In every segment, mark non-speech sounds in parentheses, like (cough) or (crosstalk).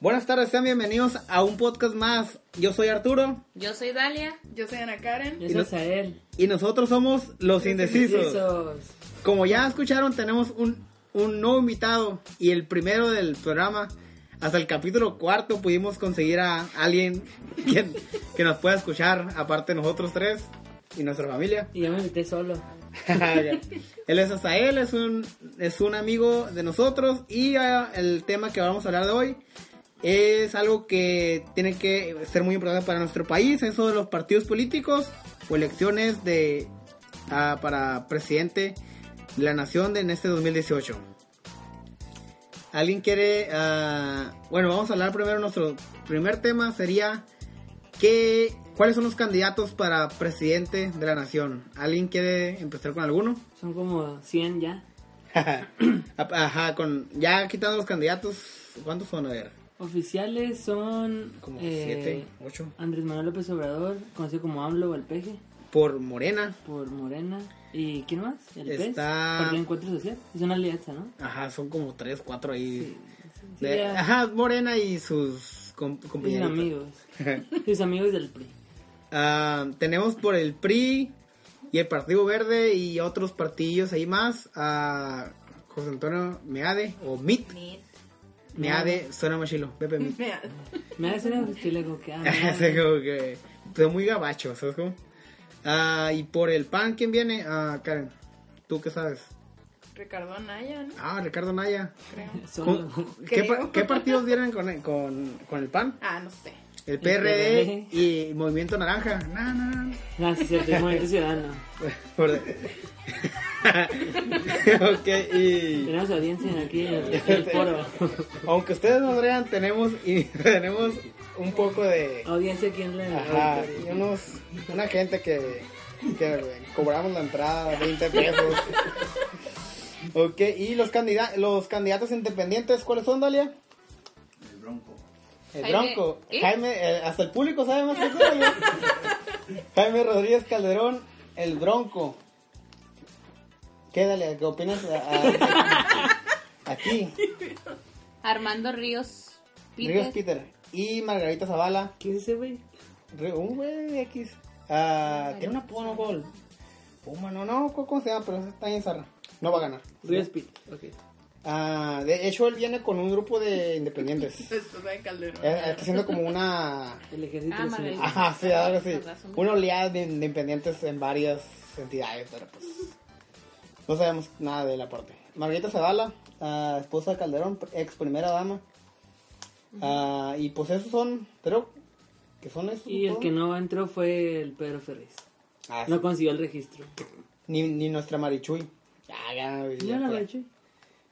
Buenas tardes, sean bienvenidos a un podcast más. Yo soy Arturo Yo soy Dalia. Yo soy Ana Karen. Yo Y no- soy Sael. y nosotros somos Los Indecisos. Esos. Como ya escucharon, tenemos un, un nuevo invitado y el primero del programa. Hasta el capítulo cuarto pudimos conseguir a alguien (laughs) que, que nos pueda escuchar, aparte de nosotros tres y nuestra familia. Y yo me invité solo. (laughs) Él es Asael, es un, es un amigo de nosotros y ah, el tema que vamos a hablar de hoy es algo que tiene que ser muy importante para nuestro país, eso de los partidos políticos o elecciones de ah, para presidente de la nación de- en este 2018. ¿Alguien quiere...? ah, bueno, vamos a hablar primero, nuestro primer tema sería ¿Qué, ¿Cuáles son los candidatos para presidente de la nación? ¿Alguien quiere empezar con (laughs) alguno? Ah, Son como 100 ya. Ajá, con, ya quitando los candidatos, ¿cuántos son? A ver, Oficiales son. como eh, siete, ocho. Andrés Manuel López Obrador, conocido como AMLO o el PG, Por Morena, por Morena. ¿Y quién más? El PES. Está- Partido Encuentro Social. Es una alianza, ¿no? ajá, son como tres, cuatro ahí. Sí, De- (laughs) ya. ajá, Morena y sus com- Sus compañeritos. amigos. (laughs) Sus amigos del PRI. Ah, tenemos por el PRI y el Partido Verde y otros partidos ahí más a José Antonio Meade o MIT. Meade, suena machilo, Pepe Mit. Mira, (laughs) Me da escena que le digo (laughs) que. ah, Ajá, sí, como que son muy gabachos, ¿sabes cómo? Ah, y por el pan, ¿quién viene? Ah, Karen, ¿tú qué sabes? Ricardo Anaya, ¿no? Ah, Ricardo Naya. (laughs) Creo. Solo. ¿Con- ¿Qué, Creo. par- qué partidos vienen con, con, con el pan? Ah, no sé. El PRD. PRD y Movimiento Naranja. No, no, (laughs) no. Ah, sí, cierto, el Movimiento Ciudadano. Por- (laughs) ok, y Tenemos audiencia aquí en el, en el foro. aunque ustedes no crean, tenemos, y (laughs) tenemos un poco de... audiencia aquí en la. Ajá, y unos, una gente que, que cobramos la entrada, 20 pesos. ok, y los, candida los candidatos independientes, ¿cuáles son, Dalia? El Jaime, Bronco. El Bronco. ¿y? Jaime, eh, hasta el público sabe más que tú, Dalia. Jaime Rodríguez Calderón, el Bronco. ¿Qué, Dalia? ¿Qué opinas? a- a- aquí, Armando Ríos. Peter. Ríos Peter. Y Margarita Zavala. ¿Qué es ese, güey? Re- Un güey de X. Ah, tiene una puma, no gol. Puma, no, no, ¿cómo se llama? Pero esa está en zarra. No va a ganar. Luis Pit. Ok. Ah, de hecho, él viene con un grupo de independientes. Eh, Después de Calderón. Está haciendo como una. (laughs) El ejército Ah, nacional. Margarita. Ajá, sí, algo así. Una oleada de independientes en varias entidades, pero pues. No sabemos nada de la parte. Margarita Zavala, ah, esposa de Calderón, ex primera dama. Ah, y pues esos son, creo que son esos. Y el ¿no? que no entró fue el Pedro Ferriz. Ah, sí. No consiguió el registro. Ni, ni nuestra Marichuy. Ya, ya, ya, ¿Quién era ya. la Marichuy?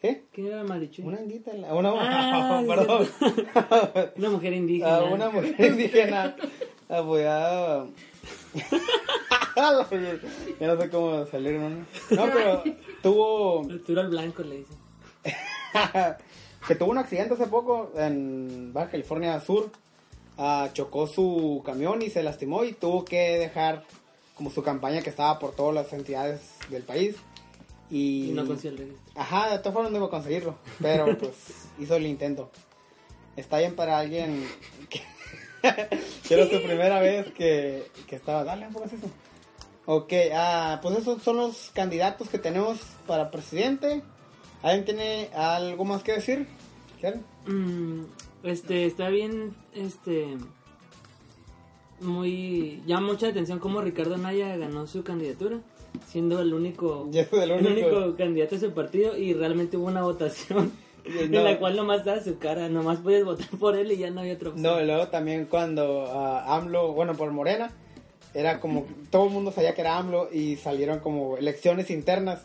¿Eh? ¿Quién era la Marichuy? Una indita. la- Una, Ah, (laughs) perdón. Una mujer indígena. Ah, una mujer indígena apoyada. (laughs) ya no sé cómo salir, ¿no? No, pero tuvo. (laughs) Arturo el Blanco le dice. que tuvo un accidente hace poco en Baja California Sur. Ah, chocó su camión y se lastimó y tuvo que dejar como su campaña que estaba por todas las entidades del país. Y, Y no consiguió el registro. Ajá, de todas formas no iba a conseguirlo, (laughs) pero pues hizo el intento. Está bien para alguien (laughs) que... que era su primera vez que, que estaba... Dale, ¿cómo es eso? Ok, ah, pues esos son los candidatos que tenemos para presidente. ¿Alguien tiene algo más que decir? ¿Quieren? Mm, este, está bien, este... Muy... Llama mucha atención cómo Ricardo Naya ganó su candidatura, siendo el único... Yo soy el El único. único candidato de su partido y realmente hubo una votación (laughs) Y en no. la cual nomás daba su cara, nomás podías votar por él y ya no había otra opción. No, y luego también cuando ah, AMLO, bueno, por Morena, era como, todo el mundo sabía que era AMLO y salieron como elecciones internas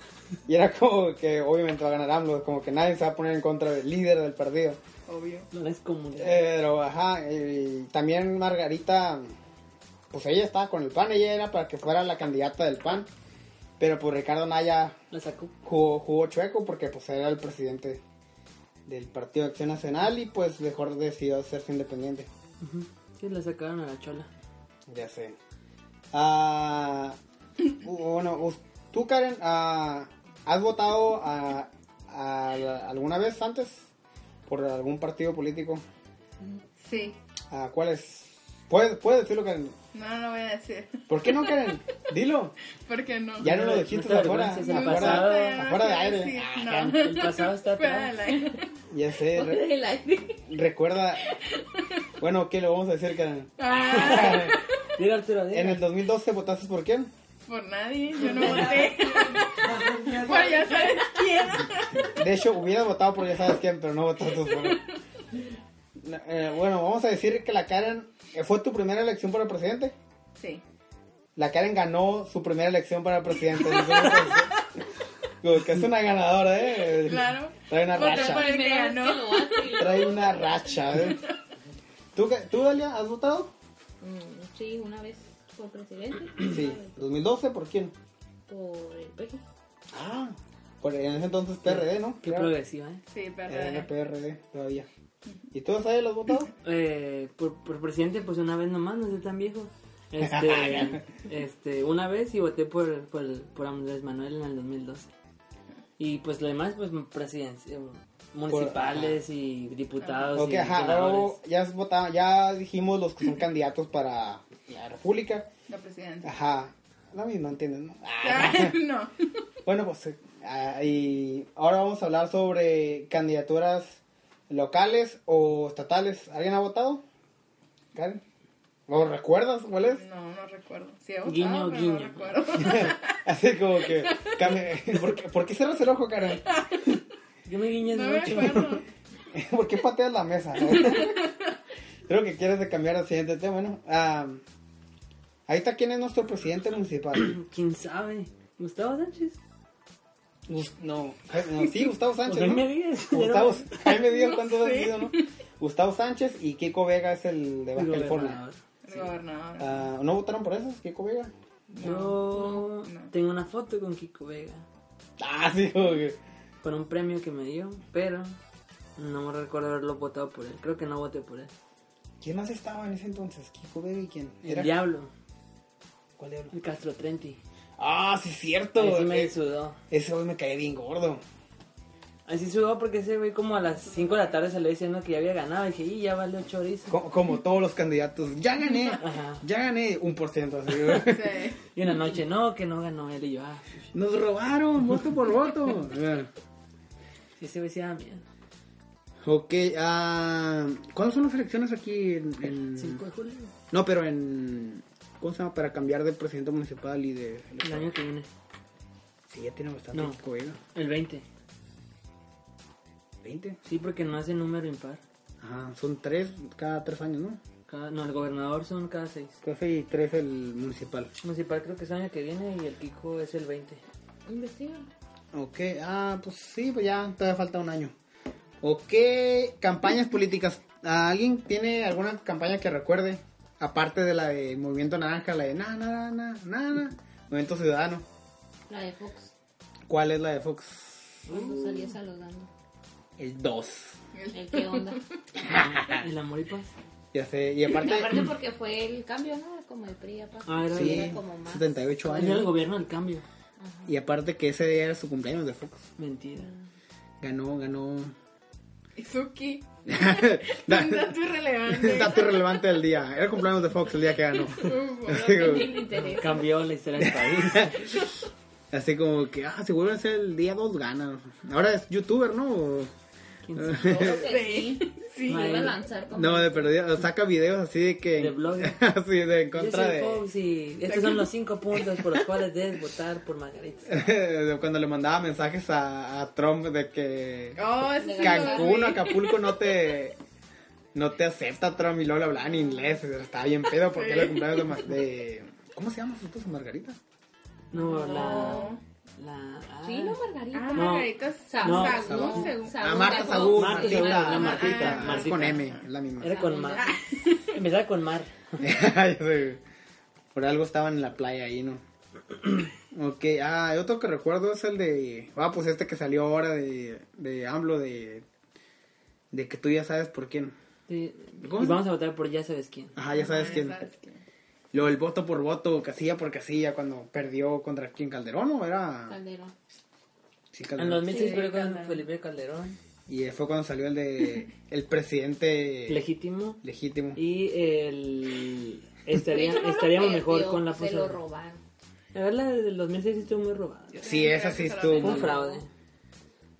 y era como que obviamente va a ganar AMLO, como que nadie se va a poner en contra del líder del partido. Obvio. No es común. Pero, ajá, y también Margarita, pues ella estaba con el PAN, ella era para que fuera la candidata del PAN, pero pues Ricardo Naya La sacó. jugó, jugó chueco porque pues era el presidente del Partido de Acción Nacional y pues mejor decidió hacerse independiente. Ujú. Sí, la sacaron a la chola. Ya sé. Ah, bueno, us- tú Karen, ah, ¿has votado ah, a- alguna vez antes por algún partido político? Sí. Ah, ¿Cuál es? ¿Puedes, puedes decirlo, Karen? No, no voy a decir. (laughs) ¿Por qué no, Karen? Dilo. ¿Por qué no? Ya no lo No dijiste te afuera. avergüences, el No, afuera, pasado. no, no, afuera de no, aire. sí, Ah, no. Can- El pasado (laughs) está Fuera atrás. del aire. Ya sé, Fuera re- del (laughs) aire. recuerda. Bueno, ¿qué le vamos a decir, Karen? Ah, (laughs) Mira, Arturo, En el 2012 votaste por quién? por nadie, yo no voté. (laughs) Por ya sabes quién. De hecho, hubiera votado por ya sabes quién, pero no votaste por él. Eh, bueno, vamos a decir que la Karen eh, fue tu primera elección para presidente. Sí. La Karen ganó su primera elección para presidente. (laughs) Entonces, como que es una ganadora, ¿eh? Claro. Trae una Voté racha. por el que Primera vez ganó. que lo hace. Trae una racha, ¿eh? ¿Tú, qué- ¿Tú, Dalia, has votado? Mm, Sí, una vez por presidente. Sí. ¿2012? ¿Por quién? Por el peje. Ah, por en ese entonces PRD, ¿no? Qué progresiva, ¿eh? Sí, Era perdón. PRD todavía. ¿Y tú, Dalia, lo has votado? Eh, por, por presidente, pues una vez nomás, no soy tan viejo. Este, (laughs) este, una vez y voté por, por, por Andrés Manuel en el 2012. Y pues lo demás, pues presidencia, municipales y diputados. Ok, y ajá, senadores. luego ya, has votado- ya dijimos los que son candidatos para la República. La presidenta. Ajá, la misma, ¿entiendes? no? Ah, Ah, (laughs) No. bueno, pues eh, ah, y ahora vamos a hablar sobre candidaturas locales o estatales. ¿Alguien ha votado? ¿Karen? ¿Lo recuerdas cuál es? (laughs) No, no recuerdo. Sí, he votado, Guiño, pero guiño. no recuerdo. (laughs) Así como que... cambia- (laughs) ¿Por qué, por qué cerras el ojo, Karen? (laughs) Yo me guiñas No me mucho. acuerdo. ¿Por qué pateas la mesa? (laughs) no? Creo que quieres de cambiar al siguiente tema, ¿no? Ah, ahí está quién es nuestro presidente municipal. ¿Quién sabe? Gustavo Sánchez. Gus- no, eh, no, sí, Gustavo Sánchez. Pues, Jaime ¿no? Díaz. (laughs) Gustavo, Jaime Díaz, ¿cuántos No han sé. sido, no? Gustavo Sánchez y Kiko Vega es el de Baja California. Gobernador. El gobernador. Ah, ¿No votaron por esos, Kiko Vega? Yo no. tengo una foto con Kiko Vega. Ah, sí, como que- Por un premio que me dio, pero no recuerdo haberlo votado por él. Creo que no voté por él. ¿Quién más estaba en ese entonces? ¿Kiko Vega y quién? El Diablo, ¿Cuál diablo? el Castro Trenti. Ah, sí, cierto. Ahí sí me Eh, sudó. Ese hoy me caía bien gordo. Así sudó porque ese güey como a las 5 de la tarde salió diciendo que ya había ganado. Y dije, y ya vale 8 horas. Co- Como, todos los candidatos. Ya gané. Ajá. Ya gané un por ciento. así, güey. Sí. Y una noche, no, que no ganó él. Y yo, ah, Nos robaron voto por voto. Eh, sí, ese güey sí "Ah, daba miedo. (laughs) ok, ah, ¿cuándo son las elecciones aquí? En, en- 5 de julio, No, pero en... ¿Cómo se llama? Para cambiar de presidente municipal y de... el año que viene. Sí, ya tiene bastante ¿eh? No. cohega. El 20. 20. Sí, porque no hace número impar. Ajá, son tres cada tres años, ¿no? Cada- no, el gobernador son cada 6. Creo que hay tres el municipal. Municipal creo que es el año que viene y el Kiko es el 20. Investiga. Ok, ah, pues sí, pues ya todavía falta un año. Ok, campañas políticas. ¿Alguien tiene alguna campaña que recuerde? Aparte de la de Movimiento Naranja, la de na, na, na, na, na, na, Movimiento Ciudadano. La de Fox. ¿Cuál es la de Fox? Cuando salía saludando. El 2. El qué onda. El amor y paz. Ya sé, y aparte, Aparte porque fue el cambio, ¿no? Como el PRI, aparte. Ah, era sí, Era como más. Pues 78 Era el años. gobierno del cambio. Y aparte que ese día era su cumpleaños de Fox. Mentira. Ganó, ganó. Izuki. Da- Un (laughs) dato irrelevante. Dato irrelevante del día. Era el cumpleaños de Fox el día que ganó. Ufo. Así como- Ni me interesa. Cambió la historia del país. Así como que, ah, si vuelven a ser el día 2 gana. Ahora es youtuber, ¿no? O- (laughs) ¿Quién sabe? Yo creo que sí. Sí. Sí. Me iba a lanzar como. No, de perdida, o saca videos así de que. De blogger. (laughs) así de en Yo contra soy de. Fox y estos son los cinco puntos por los cuales debes votar por (laughs) Margarita. de cuando le mandaba mensajes a, a Trump de que. Oh, ese sí lo Cancún, vi. Acapulco no te. No te acepta Trump y luego le hablaban en inglés. Estaba bien pedo porque era el cumpleaños de, Ma- de. ¿Cómo se llama su esposa Margarita? No, No. la. la ah, Sí, no, Margarita. Ah, No. Margarita Sa- No. Sagún, según. Sagún. a Ah, Marta Sagún. Marta Martita. Sagún, la ah, Martita, es Martita. con M, es la misma. Era con (laughs) Mar. Empezaba con Mar. (laughs) Ya sé. Por algo estaban en la playa ahí, ¿no? ok, ah, y otro que recuerdo es el de. Ah, pues este que salió ahora de, de AMLO, de. De que tú ya sabes por quién. Sí. Y ¿Cómo se- vamos a votar por ya sabes quién. Ajá, ya sabes Ah, quién. ¿sabes quién? Lo del voto por voto, casilla por casilla, cuando perdió contra Ah. quién Calderón, ¿o era? Calderón. Sí, En Calderón. 2006 Sí, perdió con Calderón. Felipe Calderón. Y fue cuando salió el de el (laughs) presidente legítimo. legítimo. Y el... Estaría, De hecho, no lo estaríamos perdió, mejor con la Se lo fosa. robaron. La verdad, la del 2006 estuvo muy robada. Sí, esa sí estuvo. Fue muy- un fraude.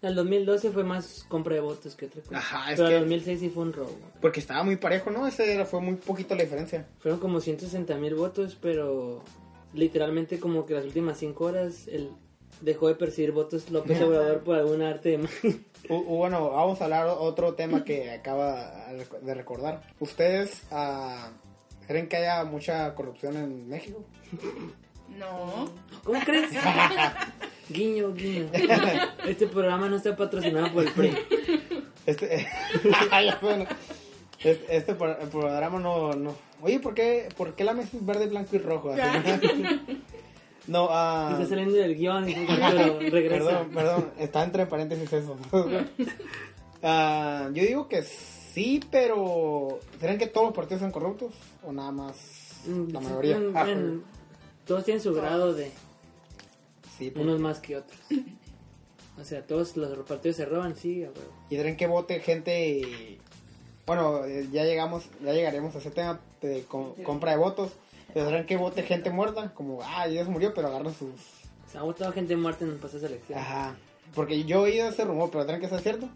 El 2012 fue más compra de votos que otra cosa. Ajá, es Pero que- el 2006 sí fue un robo. Porque estaba muy parejo, ¿no? Ese era, fue muy poquito la diferencia. Fueron como 160 mil votos, pero literalmente como que las últimas 5 horas él dejó de percibir votos López Obrador por algún arte de magia. U- u- bueno, vamos a hablar otro tema que acaba de recordar. ¿Ustedes ah, creen que haya mucha corrupción en México? No. (laughs) ¿Cómo crees? (laughs) guiño, guiño. Este programa no está patrocinado por el PRI. (laughs) Este, (laughs) Ya, bueno. Es- este pro- programa no, no. Oye, ¿por qué, ¿por qué la mesa es verde, blanco y rojo? (laughs) Así. no, ah, Está saliendo del guión, pero (laughs) regresa. Perdón, perdón, está entre paréntesis eso. (laughs) Ah, yo digo que sí, pero ¿serán que todos los partidos son corruptos? ¿O nada más Mm, la mayoría? mm, Ah, mm, todos tienen su grado de sí, pues. unos más que otros. O sea, todos los partidos se roban, sí, a huevo. Y tendrán que vote gente. y- Bueno, eh, ya llegamos, ya llegaremos a ese tema de co- compra de votos. Pero tendrán que vote gente muerta, como, ah, ya se murió, pero agarra sus. Se ha votado gente muerta en pasadas elecciones. Ajá. Porque yo he oído ese rumor, pero tendrán que ser cierto.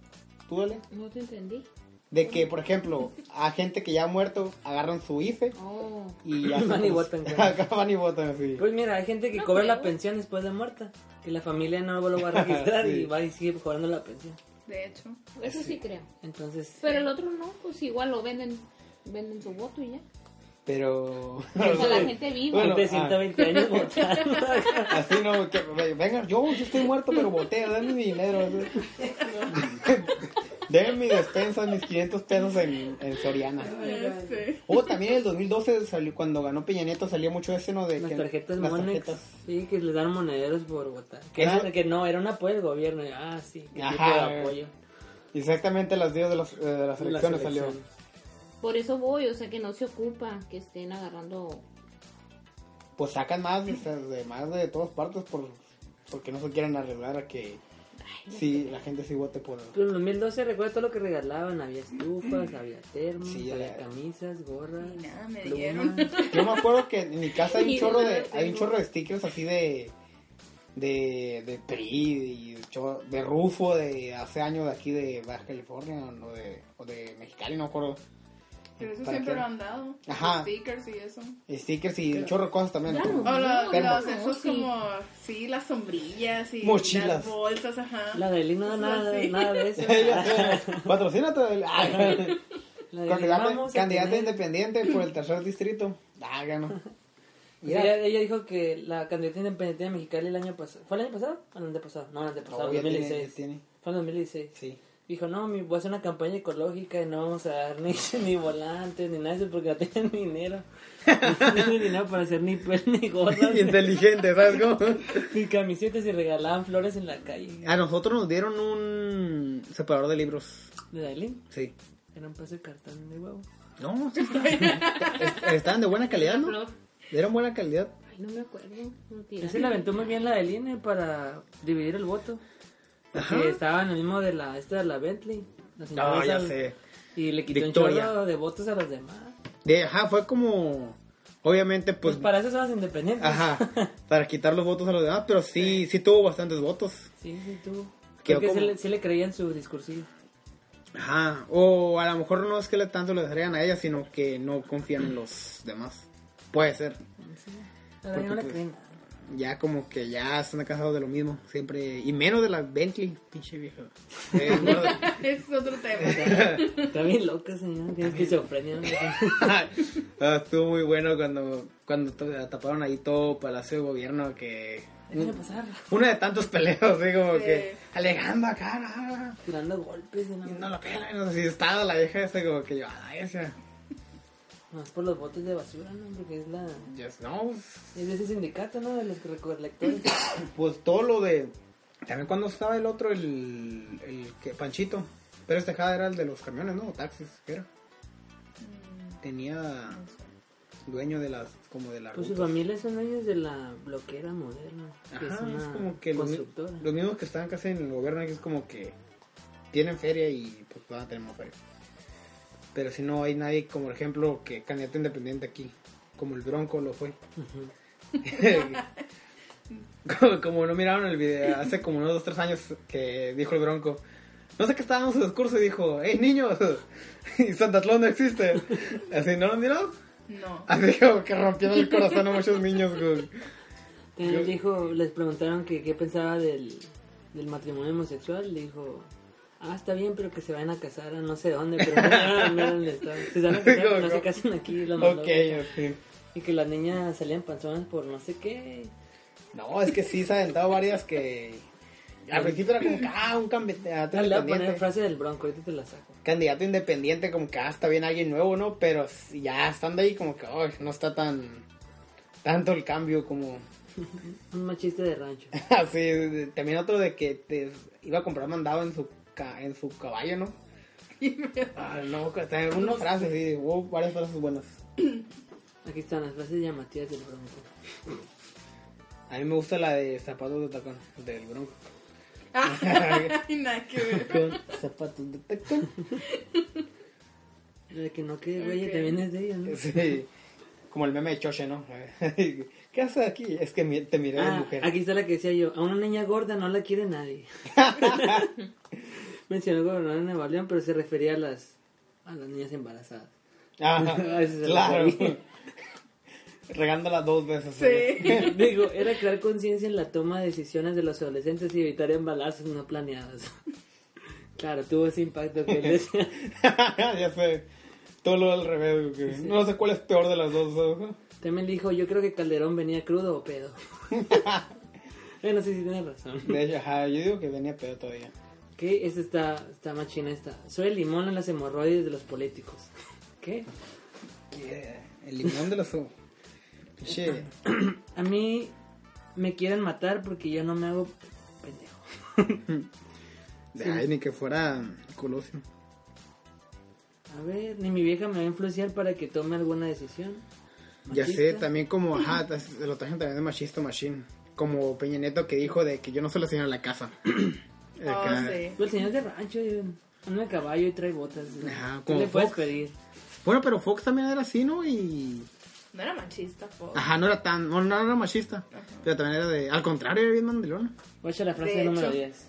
Tú dale. No te entendí. De que, por ejemplo, a gente que ya ha muerto agarran su E IFE Oh. (laughs) y hacen Van y como- votan, güey. Acá van y votan, sí. Pues mira, hay gente que No cobra creo. la pensión después de muerta. Que la familia no lo va a registrar Sí. y va y sigue cobrando la pensión. De hecho. Eso sí creo. Entonces, Pero el otro no, pues igual lo venden, venden su voto (laughs) y ya. (laughs) Pero. O sea, la gente viva. Bueno, gente de ah. 120 años votando. (laughs) Así no, que venga, yo, yo estoy muerto, pero voté, denme mi dinero. así. (laughs) Denme mi despensa, mis 500 pesos en, en Soriana. Ya sé. Oh, también en el 2012, salió, cuando ganó Peña Nieto, salió mucho ese, ¿no? De Las que- tarjetas las Monex. tarjetas. Sí, que les dan monederos por votar. Que, Era- era- que no, era un apoyo del gobierno. y, Ah, sí, que tipo Ajá, de apoyo. Exactamente las días de, los- eh, de las Las elecciones salió. elecciones. Por eso voy, o sea que no se ocupa que estén agarrando. Pues sacan más, o sea, de más de todas partes por, porque no se quieren arriesgar a que sí, la gente sí vote por... Pero Pues en 2012 recuerdo todo lo que regalaban. (clears throat) Había estufas, había termos, Sí, había era- camisas, gorras. Ni nada me plumas. dieron. Yo me acuerdo que en mi casa (laughs) hay un Y chorro no de, tengo. hay un chorro de stickers así de de, de PRI, de, cho- de Rufo, de hace años de aquí de Baja California o de, o de Mexicali, no me acuerdo. Pero eso ¿Para siempre qué? lo han dado. Ajá. Los Stickers y eso. Stickers y un chorro de cosas también. Ya como- no. O los, Pero- los- esos No, sí. como, sí, las sombrillas y Mochilas. las bolsas, ajá. (laughs) La de Eli no da nada, Sí. nada de eso. (laughs) Ya sé, Patrocínate. (laughs) Ay, La de Eli, Candidato, vamos a candidato tener- independiente por el tercer distrito. Ah, ganó. Pues Mira. ella, ella dijo que la candidata independiente de Mexicali el año pasado. ¿Fue el año pasado? ¿O el antepasado? No, el antepasado, No, ya tiene, 2016. ya tiene. Fue en 2016. Sí. Dijo, no, mi, voy a hacer una campaña ecológica y no vamos a dar (laughs) ni, ni volantes ni nada de eso porque no tienen dinero. No tienen dinero para hacer ni piel (laughs) ni gorras, (laughs) ni, Inteligente, ¿sabes cómo? ni camisetas y regalaban flores en la calle. A nosotros nos dieron un separador de libros. ¿De Dailin? Sí. Era un pedazo de cartón de huevo. No, (laughs) sí está. Est- estaban de buena calidad, ¿no? Eran buena calidad. Ay, no me acuerdo. No tira. Ese la aventó muy bien la de Line para dividir el voto. Ajá. Porque estaba en el mismo de la, esta de la Bentley. la señora No, ya esa, sé. Y le quitó Victoria. Pues un chorro de votos a los demás. De, ajá, fue como. Obviamente, Pues pues. para eso son las independientes. Ajá. Para quitar los votos a los demás, pero sí, sí tuvo bastantes votos. Sí, sí, tú. Quedó Creo que sí como- le, sí le creían su discursivo. Ajá. O a lo mejor no es que le tanto le darían a ella, sino que no confían en los demás. Puede ser. A la Porque, no le pues, creen nada. Ya como que ya están cansados de lo mismo, siempre. Y menos de la Bentley, pinche vieja. Eh, bueno, Es otro tema. (laughs) Está bien loca, señora. Tiene esquizofrenia. ¿no? (laughs) Ah, estuvo muy bueno cuando, cuando to- taparon ahí todo Palacio de Gobierno que... Déjame pasar. Uno de tantos peleos, así como Sí. que alegando acá, ah, Tirando golpes. ¿no? y no la pela, y no sé si estaba la vieja esa como que yo, ah, esa, Más por los botes de basura, ¿no? Porque es la... yes, no, Es de ese sindicato, ¿no? De los recolectores. pues todo lo de, también cuando estaba el otro, el, el que, Panchito, pero este Tejada era el de los camiones, ¿no? O taxis, ¿qué era? Tenía dueño de las, como de la Pues su ruta. familia son dueños de la bloquera moderna. que Ajá, es, es una como que los, mi- constructora. los mismos que están casi en el gobierno, que es como que tienen feria y pues van a tener más feria. Pero si no hay nadie, como por ejemplo, que candidato independiente aquí, como el Bronco lo fue. (laughs) como, como no miraron el video hace como unos 2-3 años que dijo el Bronco. No sé qué estábamos en su discurso y dijo, hey niños, (laughs) y Santa Claus no existe. Así, ¿no lo miraron? No. (laughs) Así como que rompieron el corazón a muchos niños. güey. Él dijo, les preguntaron que qué pensaba del, del matrimonio homosexual. Dijo, ah, está bien, pero que se vayan a casar a no sé dónde, pero no, no, no, dónde está. Si se van a casar, pero (laughs) no se casan aquí. Lo mandó. Ok, ok. Y que las niñas salían panzonas por no sé qué. No, es que sí se han aventado varias (laughs) que al principio era como que, ah, un candidato Le voy a poner independiente. frase del bronco, ahorita te la saco. Candidato independiente, como que, ah, está bien alguien nuevo, ¿no? Pero s- ya estando ahí, como que, ay, no está tan. Tanto el cambio como. (laughs) Un machiste de rancho. Así, de- también otro de que te iba a comprar mandado en su, ca- en su caballo, (laughs) ¿no? Ah, no, que también una frase, sí, hubo varias frases buenas. Aquí están las frases llamativas del bronco. A mí me gusta la de zapatos de tacón, del (laughs) bronco. (laughs) Ay, nada que ver. Con zapatos de tacón. La de que no quede huella Ok. también es de ella, ¿no? Sí, como el meme de Choche, ¿no? (laughs) ¿Qué haces aquí? Es que mi- te miré de Ah, mujer. aquí está la que decía yo. A una niña gorda no la (laughs) quiere nadie. Mencionó el gobernador de Nueva León, pero se refería a las, a las niñas embarazadas. (laughs) Ah, Ah, ese es el claro. meme. (laughs) Regándola dos veces. Sí. Digo, era crear conciencia en la toma de decisiones de los adolescentes y evitar embarazos no planeados. (laughs) claro, tuvo ese impacto que él decía. (laughs) ya sé. Todo lo al revés. güey. No sé cuál es peor de las dos. ¿no? También dijo, yo creo que Calderón venía crudo o (laughs) pedo. Eh, no sé si tiene razón. De hecho, ajá, yo digo que venía peor todavía. ¿Qué? Esta está, está más china esta. Soy el limón en las hemorroides de los políticos. (laughs) ¿Qué? El limón de los ojos. Che, A mí me quieren matar porque yo no me hago pendejo. ay, ni que fuera Colosio. A ver, ni mi vieja me va a influenciar para que tome alguna decisión. Ya sé, Machista. también como, ajá, (clears throat) tas- lo trajeron también de Machista Machine. Como Peña Nieto que dijo de que yo no soy la señora de la casa. (clears throat) Ah, Oh, Acá. sí. Pues El señor de rancho yo, anda a caballo y trae botas. ¿no? Ajá, ¿Qué como le puedes Fox. pedir? Bueno, pero Fox también era así, ¿no? Y. No era machista, po. Ajá, no era tan. No, no era machista. Pero también era de. Al contrario, era bien mandilón. Guacha la frase De número hecho. 10.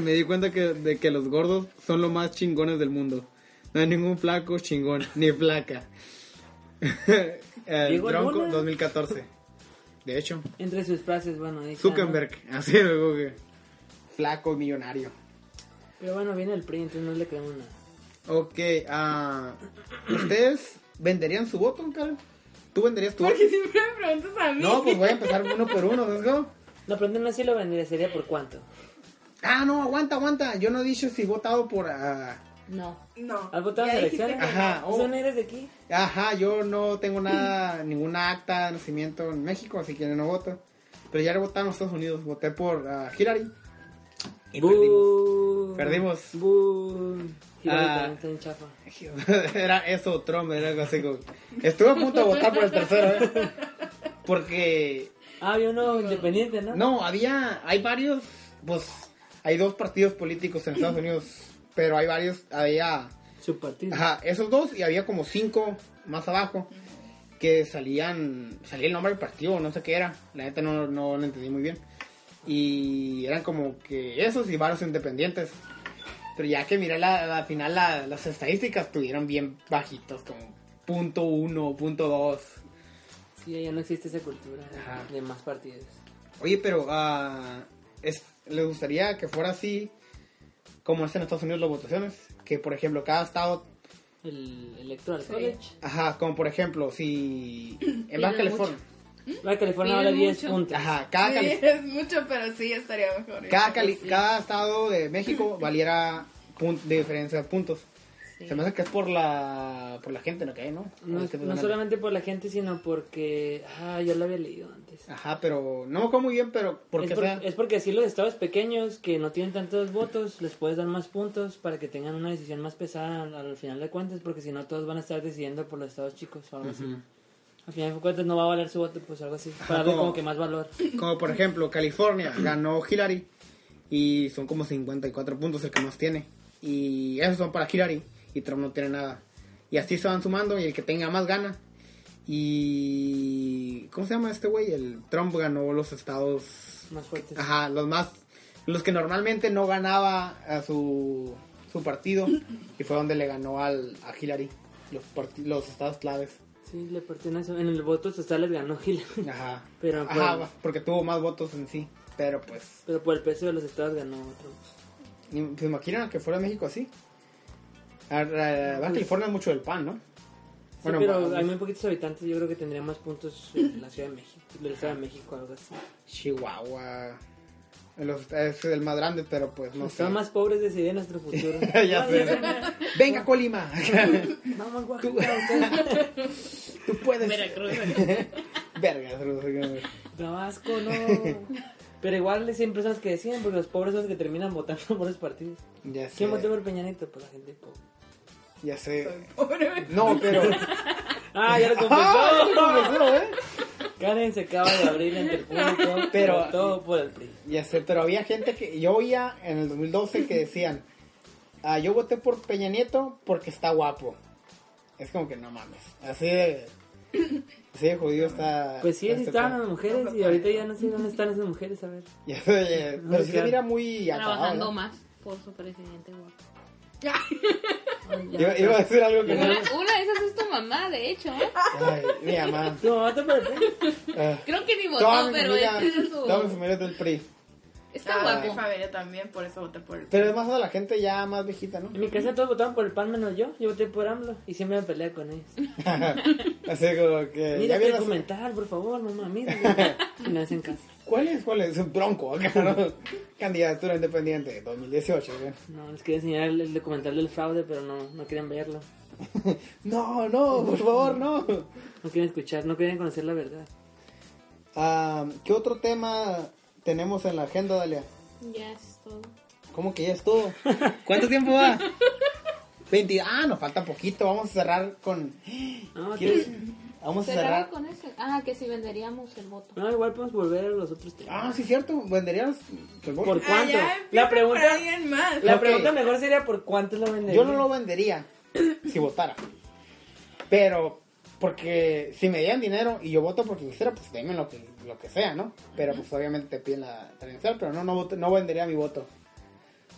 (laughs) Me di cuenta que, de que los gordos son los más chingones del mundo. No hay ningún flaco chingón, (laughs) ni flaca. El Diego Bronco Luna. 2014. De hecho, Entre sus frases, bueno, ahí está, ¿no? Zuckerberg. (laughs) Así luego que. Flaco y millonario. Pero bueno, viene el PRI, entonces no le creemos nada. Ok, ah, ¿ustedes venderían su voto, Karen? ¿Tú venderías tu voto? Porque (laughs) siempre me preguntas a mí. No, pues voy a empezar uno por uno, let's go. No, pero no si lo vendría, sería por cuánto. Ah, no, aguanta, aguanta. Yo no he dicho si he votado por. ah, No. No. ¿Has votado Ya en dijiste elecciones? que no. Ajá, ¿Tú oh. no eres de aquí? Ajá, yo no tengo nada, ninguna acta de nacimiento en México, así que no voto. Pero ya he votado en los Estados Unidos, voté por ah, Hillary. Y Boo. Perdimos. Boo. Ah. Ah. chafa. perdimos. (laughs) Era eso, Trump, era algo así como. Estuve a punto de votar por el tercero, ¿eh? Porque Ah, había uno independiente, ¿no? No, había, hay varios, pues, hay dos partidos políticos en Estados Unidos, pero hay varios, había, Su partido. ajá, esos dos y había como cinco más abajo que salían, salía el nombre del partido, no sé qué era, la neta no, no lo entendí muy bien. Y eran como que esos y varios independientes. Pero ya que miré la, al final la- las estadísticas estuvieron bien bajitos, como punto uno, punto dos. Sí, ya no existe esa cultura Ajá. de más partidos. Oye, pero ah, es, les gustaría que fuera así como hacen en Estados Unidos las votaciones, que por ejemplo cada estado, El Electoral College. ajá, como por ejemplo si (clears throat) en Piden Baja California, Baja California vale Piden 10 mucho. puntos. ajá, cada, Sí, Ah, cali- es mucho, pero sí estaría mejor. cada, cali- cada estado de (clears throat) México valiera pun- de diferencia de puntos. Se me hace que es por la por la gente lo que hay, ¿no? No, Este, pues, no la- solamente por la gente, sino porque. Ah, yo lo había leído antes. Ajá, pero no me acuerdo muy bien, pero porque es, por- sea es porque así los estados pequeños que no tienen tantos votos les puedes dar más puntos para que tengan una decisión más pesada al, al final de cuentas, porque si no, todos van a estar decidiendo por los estados chicos o algo así. Al final de cuentas, no va a valer su voto, pues algo así, para darle como- como que más valor. como por ejemplo California ganó Hillary Y son como 54 puntos el que más tiene. Y esos son para Kirari. Y Trump no tiene nada. Y así se van sumando y el que tenga más gana. Y... ¿Cómo se llama este güey? El Trump ganó los estados... Más fuertes. Ajá, los más... Los que normalmente no ganaba a su, su partido. Y fue donde le ganó al, a Hillary. Los, parti- los estados claves. Sí, le partió en eso. En el voto estatal les ganó Hillary. Ajá. Pero Ajá, por- porque tuvo más votos en sí. Pero pues... Pero por el peso de los estados ganó otro. ni- ¿Se imaginan que fuera México así? A- a- a- a California es mucho del pan, ¿no? Pues Sí, Bueno, pero vamos. hay muy poquitos habitantes. Yo creo que tendría más puntos en la Ciudad de México. Del Estado de México, algo así. Chihuahua. Los- es el más grande, pero pues no Los sé. estados más pobres decidían nuestro futuro. (laughs) ya sé. Venga, (laughs) Colima. Vamos, Oaxaca, ustedes. Tú puedes. Veracruz. (laughs) Verga, se lo sé. Tabasco, no. Pero igual siempre son los que deciden, porque los pobres son los que terminan votando por los partidos. Ya ¿Quién votó sé. por Peña Nieto? Pues la gente pobre. Ya sé. Pobre. No, pero. ¡Ah, (laughs) ya lo Ah, confesó! ya lo confesó, ¿eh? Karen se acaba de abrir entre el público, Pero- pero todo por el PRI. Ya sé, este, pero había gente que. Yo oía en el 2012 que decían: ah, Yo voté por Peña Nieto porque está guapo. Es como que no mames. Así de. Así de jodido está. Pues sí, está así este estaban pedo. (laughs) las mujeres y ahorita ya no sé dónde están esas mujeres, a ver. Ya sé, ya- pero sí se mira muy acabado. Trabajando ¿no? más por su presidente. guapo. Ya. Iba, iba a decir algo que no. Una, (laughs) una de esas es tu mamá, de hecho. ¿eh? Ay, mi mamá. ¿Tu mamá está por el PRI? Ah. Creo que ni Toda votó, mi Pues pero familia, esta es toda mi su... familia es del PRI. Está Ah, mi guapo. familia también, por eso voté por el Pero es más a la gente ya más viejita, ¿no? (laughs) En mi casa todos votaban por el PAN menos yo. Yo voté por AMLO y siempre me peleaba con ellos. Así como que. Mira Eh, ya el vieron las- documental, por favor, mamá, mira. Y me hacen caso. ¿Cuál es? ¿Cuál es? (laughs) Bronco, acá, ¿no? Candidatura independiente 2018, ¿eh? No, les quería enseñar el, el documental del fraude, pero no, no quieren verlo. No, no, por favor, no. No quieren escuchar, no quieren conocer la verdad. Ah, ¿Qué otro tema tenemos en la agenda, Dalia? Ya es todo. ¿Cómo que ya es todo? (laughs) ¿Cuánto tiempo va? 20. Ah, nos falta poquito. Vamos a cerrar con. No, ¿Quieres? tío. Vamos a Cerrar cerrar. con ese. Ah, que si venderíamos el voto. No, igual podemos volver a los otros temas. Ah, sí, cierto. pues, ¿Venderías? ¿Por Ah, cuánto? ya empieza La por pregunta, alguien más. la Ok. pregunta mejor sería por cuánto lo vendería. Yo no lo vendería (clears throat) si votara. Pero, porque si me dieran dinero y yo voto porque quisiera, pues denme lo que, lo que sea, ¿no? Pero pues obviamente te piden la credencial, pero no, no, voto- no vendería mi voto.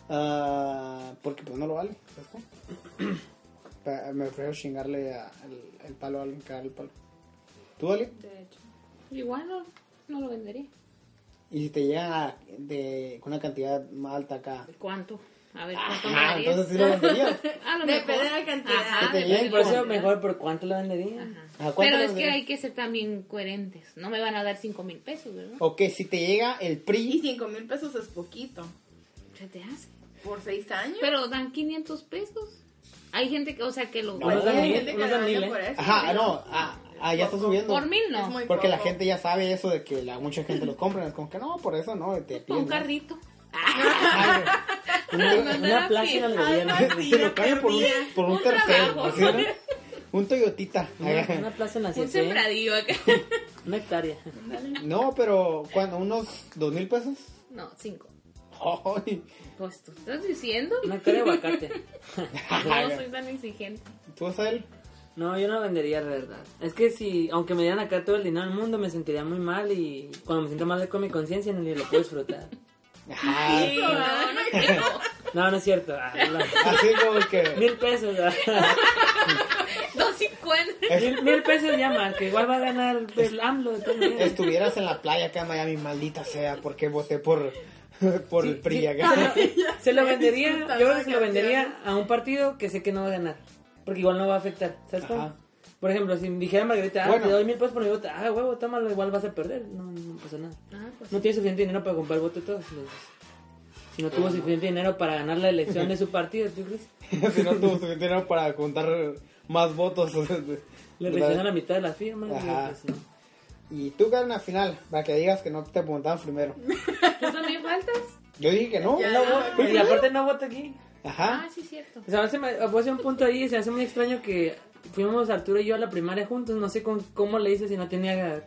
Ah, porque pues no lo vale. ¿sabes cómo? (clears throat) Pa- me prefiero chingarle a- el, el palo a alguien que haga el palo. ¿Tú vale? De hecho. Igual no, no lo vendería. Y si te llegan a- de, con una cantidad más alta acá. ¿Cuánto? A ver, ¿cuánto Ajá, venderías? Ah, entonces sí lo vendería. (laughs) A lo Depende mejor. de la cantidad. Ajá, Que te lleguen, depende de la Por eso cantidad. mejor por cuánto lo vendería. ¿A cuánto Pero lo es que venderías? hay que ser también coherentes. No me van a dar cinco mil pesos, ¿verdad? Ok, si te llega el PRI. Y cinco mil pesos es poquito. Se te hace. ¿Por seis años? Pero dan 500 pesos. Hay gente que, o sea, que No, lo... no Pues, dan hay mil, gente que no lo dan vende mil, ¿eh? por eso. Ajá, no, ah, ah, ya está subiendo. por mil Es no. muy Porque la poco. gente ya sabe eso de que la mucha gente los compra, es como que no, por eso no, te Por piden un más. carrito. Ah, (laughs) Ay, Una, Para mandar una a plácida al pie. gobierno. (laughs) Ay, (laughs) no. te lo cambian por un, por un Un tercero, trabajo. así, ¿no? un Toyotita. (laughs) Una, una plaza en la Un CC. sembradío acá. Una hectárea. No, pero cuando unos dos mil pesos. No, cinco. Ay, Pues tú estás diciendo. Una hectárea de aguacate. (laughs) No soy tan exigente. ¿Tú sabes? No, yo no vendería, la verdad. Es que si, aunque me dieran acá todo el dinero del mundo, me sentiría muy mal y cuando me siento mal con mi conciencia ni lo puedo disfrutar. Ajá, Sí, no, no quiero. No, no es cierto. Ah, (laughs) no. así como (laughs) que. Mil pesos. ah. Dos cincuenta. es- Mil, mil pesos ya más, que igual va a ganar el AMLO. de todas maneras. estuvieras en la playa acá en Miami, maldita sea, porque voté por, (laughs) por el PRI acá. Se lo vendería, yo Disfruta creo que la se lo vendería a un partido que sé que no va a ganar. Porque igual no va a afectar. ¿Sabes Ajá. cómo? Por ejemplo, si me dijera Margarita, ah, Bueno. te doy mil pesos por mi voto. Ah, huevo, tómalo, igual vas a perder. No, no pasa nada. Ah, pues. No tiene suficiente dinero para comprar voto todos. entonces. Si no tuvo suficiente dinero para ganar la elección de su partido, ¿tú crees? (laughs) si no tuvo suficiente dinero para juntar más votos. (laughs) Le rechazan la mitad de las firmas. Ajá. y, pues, no. Y tú ganas la final, para que digas que no te preguntaban primero. ¿Tú también faltas? Yo dije que no. Ya. No voto, y aparte no voto aquí. Ah, Ajá. sí, cierto. O sea, se me, voy a hacer un punto ahí, se hace muy extraño que fuimos Arturo y yo a la primaria juntos, no sé con, cómo le hice si no tenía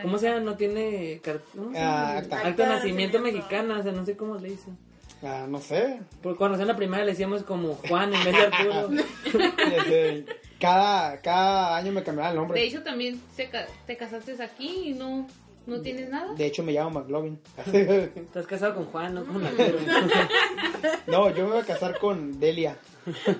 ¿Cómo sea? No tiene. car- ¿cómo se llama? Ah, acta. Acta de nacimiento mexicana, o sea, no sé cómo le dicen. Ah, no sé. Porque cuando hacían la primera le decíamos como Juan en vez de (laughs) Arturo. Este, cada, cada año me cambiaba el De nombre. hecho, también se ca- te casaste aquí y no, no tienes nada. De hecho, me llamo McLovin. (laughs) Estás casado con Juan, no con Arturo. No, yo me voy a casar con Delia.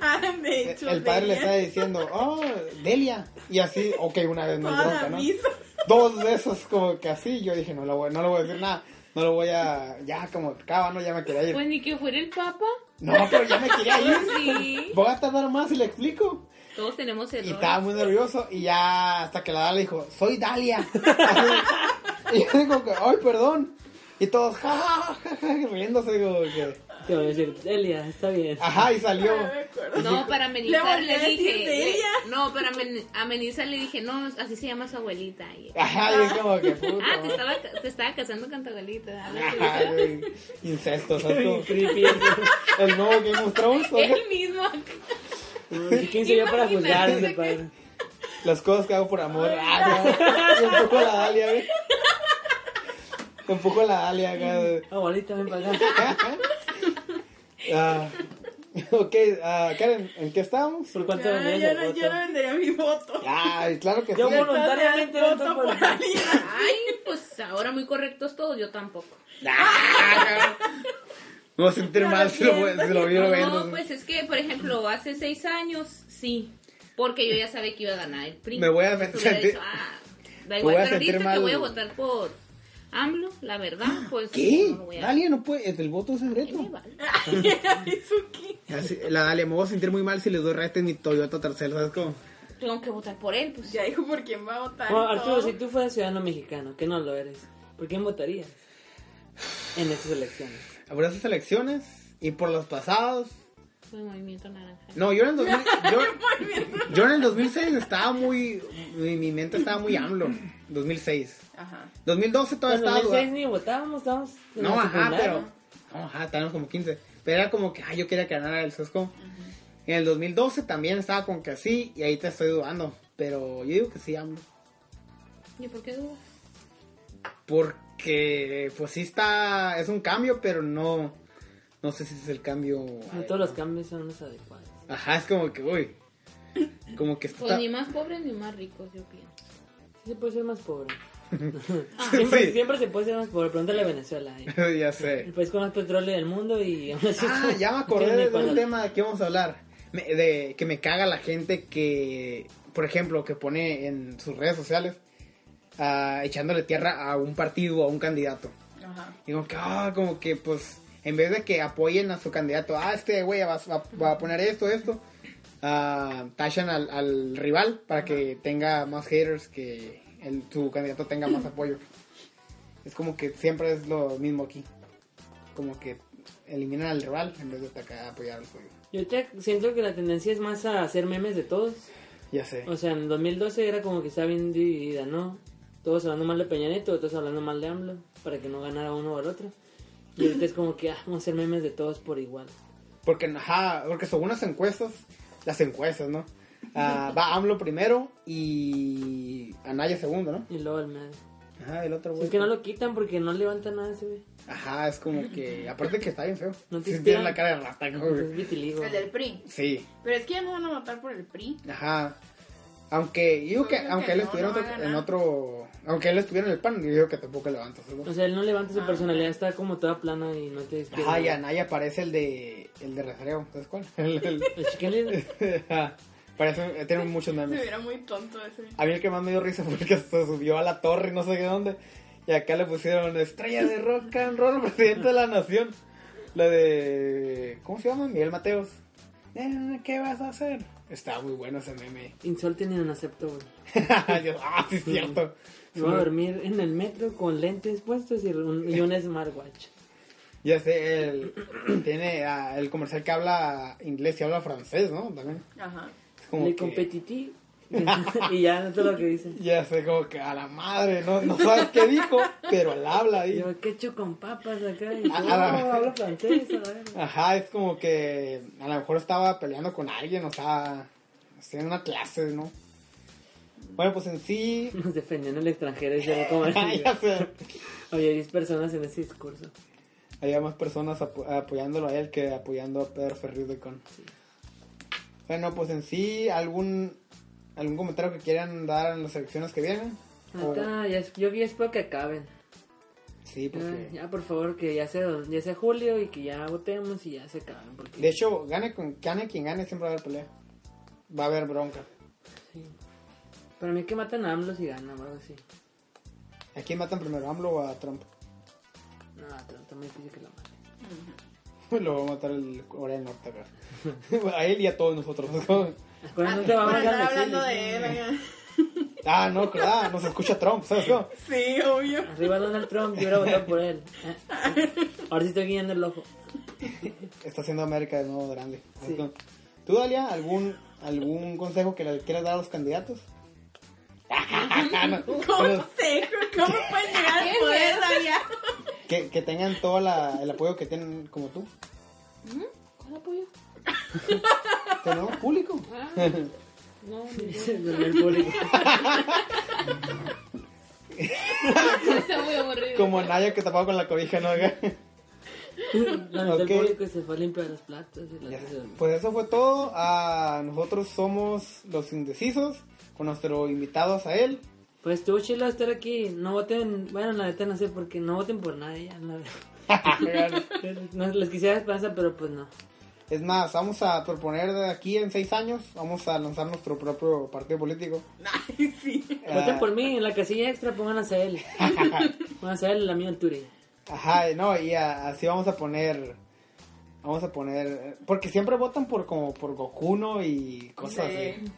Ah, de hecho. El padre le tenía está diciendo, oh, Delia. Y así, ok, una vez más Toda la bronca, ¿no? misa. Dos de esos, como que así. Yo dije, no, lo voy, no le voy a decir nada. No lo voy a. Ya, como, cábano, ya me quería ir. Pues ni que fuera el papa. No, pero ya me quería ir. Sí. Voy a tardar más y le explico. Todos tenemos Y errores. estaba muy nervioso y ya hasta que la Dala dijo, soy Dalia. (laughs) Así. y yo digo que, ay, perdón. Y todos, ja, ja, ja, ja, riéndose, digo que, Te voy a decir, Elia, está bien. ajá, y salió. No me acuerdo. No, para Le amenizar volví le, a decir dije. de le- ella. no, para amen- amenizar le dije, no, así se llama su abuelita. Y- Ajá, y es como que, puta. ah, te madre. estaba, ca- te estaba casando con tu abuelita. Ah, ¿eh? Ajá, güey, Incesto, ¿sabes? Ay, Como creepy. el nuevo Game of Thrones, ¿sabes? Él mismo. Ay, ¿Quién soy yo para juzgar a ese padre? Las cosas que hago por amor. Ah, no. Y un poco la Dalia, güey. Un poco la Dalia, acá, güey. Abuelita, ven para acá. Ah, ok, ah, Karen, ¿en qué estábamos? ¿Por cuánto Ya, vendías yo, la no, yo no foto? vendería mi voto. Ay, claro que Yo sí. voló- Voluntariamente Entonces, voto voto por por alguien. Ay, pues ahora muy correctos todos, yo tampoco. Me voy a sentir No mal lo si lo, voy- siento. si lo vi No, viendo. pues es que, por ejemplo, hace seis años, sí. Porque yo ya sabía que iba a ganar el PRI. Me voy a Entonces, sentir- hubiera dicho, ah, da Me voy igual, a pero sentir ahorita que mal. Ah, voy a votar por AMLO, la verdad, pues ¿Qué? no lo voy a Dalia no puede. El voto es ¿Qué me secreto. vale? Mizuki. Así- la Dalia, me voy a sentir muy mal si les doy rete en mi Toyota tercero, ¿sabes cómo? Tengo que votar por él, pues. Ya dijo por quién va a votar. Bueno, y Arturo, todo. si tú fueras ciudadano mexicano, que no lo eres, ¿por quién votarías en estas elecciones? Por esas elecciones y por los pasados. Fue movimiento naranja. No, yo en el 2000 yo, yo en el 2006 estaba muy. Mi, mi mente estaba muy AMLO. 2006. Ajá. 2012 todavía En estaba. 2006 ni votábamos, estábamos. en No, la ajá, secundaria. pero. No, ajá, estábamos como 15. Pero era como que, ah, yo quería que ganara el Sesco. En el 2012 también estaba con que sí, y ahí te estoy dudando. Pero yo digo que sí, AMLO. ¿Y por qué dudas? Porque, pues sí está. Es un cambio, pero no. No sé si es el cambio. No todos los cambios son los adecuados. Ajá, es como que, uy. Como que Pues está. (laughs) ni más pobres ni más ricos, yo pienso. Sí, se puede ser (laughs) más pobre. siempre, sí, siempre se puede ser más pobre. Pregúntale a Venezuela. eh. ya El sé. país con más petróleo del mundo y aún así Ah, está- ya me no acordé tiene de (laughs) ni un para- tema de que vamos a hablar. Me- de que me caga la gente que, por ejemplo, que pone en sus redes sociales ah, echándole tierra a un partido o a un candidato. Ajá. Digo que, ah, como que, pues, en vez de que apoyen a su candidato, ah, este güey va, va- va a poner esto, esto, ah, tachan al, al rival para que tenga más haters, que el, su candidato tenga más apoyo. Es como que siempre es lo mismo aquí. Como que eliminan al rival en vez de atacar, apoyar al suyo. Yo te- siento que la tendencia es más a hacer memes de todos. Ya sé. O sea, en 2012 era como que estaba bien dividida, ¿no? Todos hablando mal de Peña Nieto, todos hablando mal de AMLO, para que no ganara uno o el otro. Y ahorita es como que ah, vamos a hacer memes de todos por igual. Porque, ajá, porque según las encuestas, las encuestas, ¿no? Ah, va AMLO primero y Anaya segundo, ¿no? Y luego el medio. Ajá, el otro güey. Es que no lo quitan porque no levanta nada ese güey. Ajá, es como que. Aparte que está bien feo. No te Sí, inspira. tiene la cara de rata, como Es que- vitiligo. El del PRI. Sí, Pero es que ya no van a votar por el PRI. ajá. Aunque, yo digo que, Yo creo aunque que él no, estuviera no va en otro- a en ganar. otro. Aunque él estuviera en el pan, yo digo que tampoco levanta. ¿sí? O sea, él no levanta su Ah. personalidad, está como toda plana y no te despierta. Ajá, y Anaya parece el de. El de Rastreo, ¿sabes cuál? (laughs) El- el- El chicken little. ajá. parece. Tiene muchos Se memes. viera muy tonto ese. A mí el que más me dio risa fue el que se subió a la torre y no sé qué dónde. Y acá le pusieron estrella de rock and roll, (laughs) presidente de la nación. La de. ¿Cómo se llama? Miguel Mateos. Eh, ¿Qué vas a hacer? Está muy bueno ese meme. (laughs) Insulting y acepto, güey. Yo, ah, sí, es cierto. Me voy a dormir en el metro con lentes puestos y un, y un smartwatch. Ya sé, el, tiene ah, el comercial que habla inglés y habla francés, ¿no? También. Ajá. Es como Le que- competití. (laughs) y ya no todo lo que dice. Ya sé, como que a la madre, no, no sabes qué dijo, pero él habla ahí. Yo, ¿qué hecho con papas (laughs) acá? Y, yo, Ah, "Oh, ah. hablo francés, a ver. Ajá, es como que a lo mejor estaba peleando con alguien, o sea, en una clase, ¿no? Bueno, pues en (laughs) sí. Nos defendió en el extranjero y se ve (laughs) como... (laughs) ya sé, Oye, 10 personas en ese discurso. había más personas apo- apoyándolo a él que apoyando a Pedro Ferriz de Con. Bueno, pues en sí, algún algún comentario que quieran dar en las elecciones que vienen. O- Ahorita ya es- yo ya espero que acaben. sí, Ya, porque. Mm, ya, por favor, que ya sea, ya sea julio y que ya votemos y ya se acaben. Porque De hecho, gane, con, gane quien gane, siempre va a haber pelea. Va a haber bronca. sí. Para mí que matan a AMLO si ganan o algo así. ¿A quién matan primero, a AMLO o a Trump? No, está muy difícil que lo (laughs) maten. Lo va a matar el Corea del Norte acá. (laughs) a él y a todos nosotros. Acuérdate, no te va a Por mandar estar hablando misiles. de él. (laughs) oiga. ah, no, claro, nos escucha Trump, ¿sabes? cómo? Sí, obvio. Arriba Donald Trump, yo hubiera votado por (laughs) él. Ahora sí estoy guiando el ojo. Está haciendo América de nuevo grande. Sí. ¿Tú, Dalia, algún, algún consejo que le quieras dar a los candidatos? (laughs) No, ¿Cómo sé? ¿Cómo pueden llegar al poder, Dalia? que, que tengan todo la- el apoyo que tienen como tú. ¿Cuál (laughs) apoyo? Tenemos público. No, (laughs) Dice el Donald público. está muy aburrido. Como Naya que tapaba con la cobija, ¿no? (laughs) Donald Ok. público y se fue a limpiar los platos. Y las Ya. cosas. Pues eso fue todo. Ah, nosotros somos los indecisos con nuestro invitado Azael. (laughs) Pues estuvo chido estar aquí. No voten, bueno, la neta no sé por qué. No voten por nadie. ya, la (laughs) verdad. no, les quisiera esperanza, pero pues no. Es más, vamos a proponer de aquí en seis años, vamos a lanzar nuestro propio partido político. (laughs) Ay, sí. Ah, Voten por mí, en la casilla extra pongan a (laughs) él. pongan a él, el amigo del Turi. Ajá, no, y ah, así vamos a poner. Vamos a poner. Porque siempre votan por como por Gokuno y cosas así. Sí.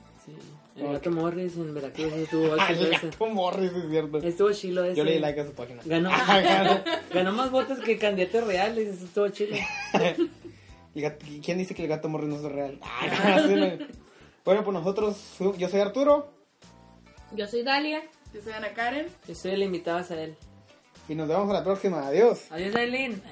Sí. El gato Morris en Veracruz estuvo (laughs) Ah, chido el ese. gato Morris, es cierto. Estuvo chilo ese. Yo le di like a su página. (laughs) Ganó, Ajá, ganó. ganó más votos que candidatos reales. Eso estuvo chido. El gato- ¿Quién dice que el gato Morris no es real? Ah, (laughs) no, sí, no. bueno, pues nosotros. Yo soy Arturo Yo soy Dalia. Yo soy Ana Karen. Yo soy el invitado a él. y nos vemos a la próxima. Adiós. Adiós, Aileen.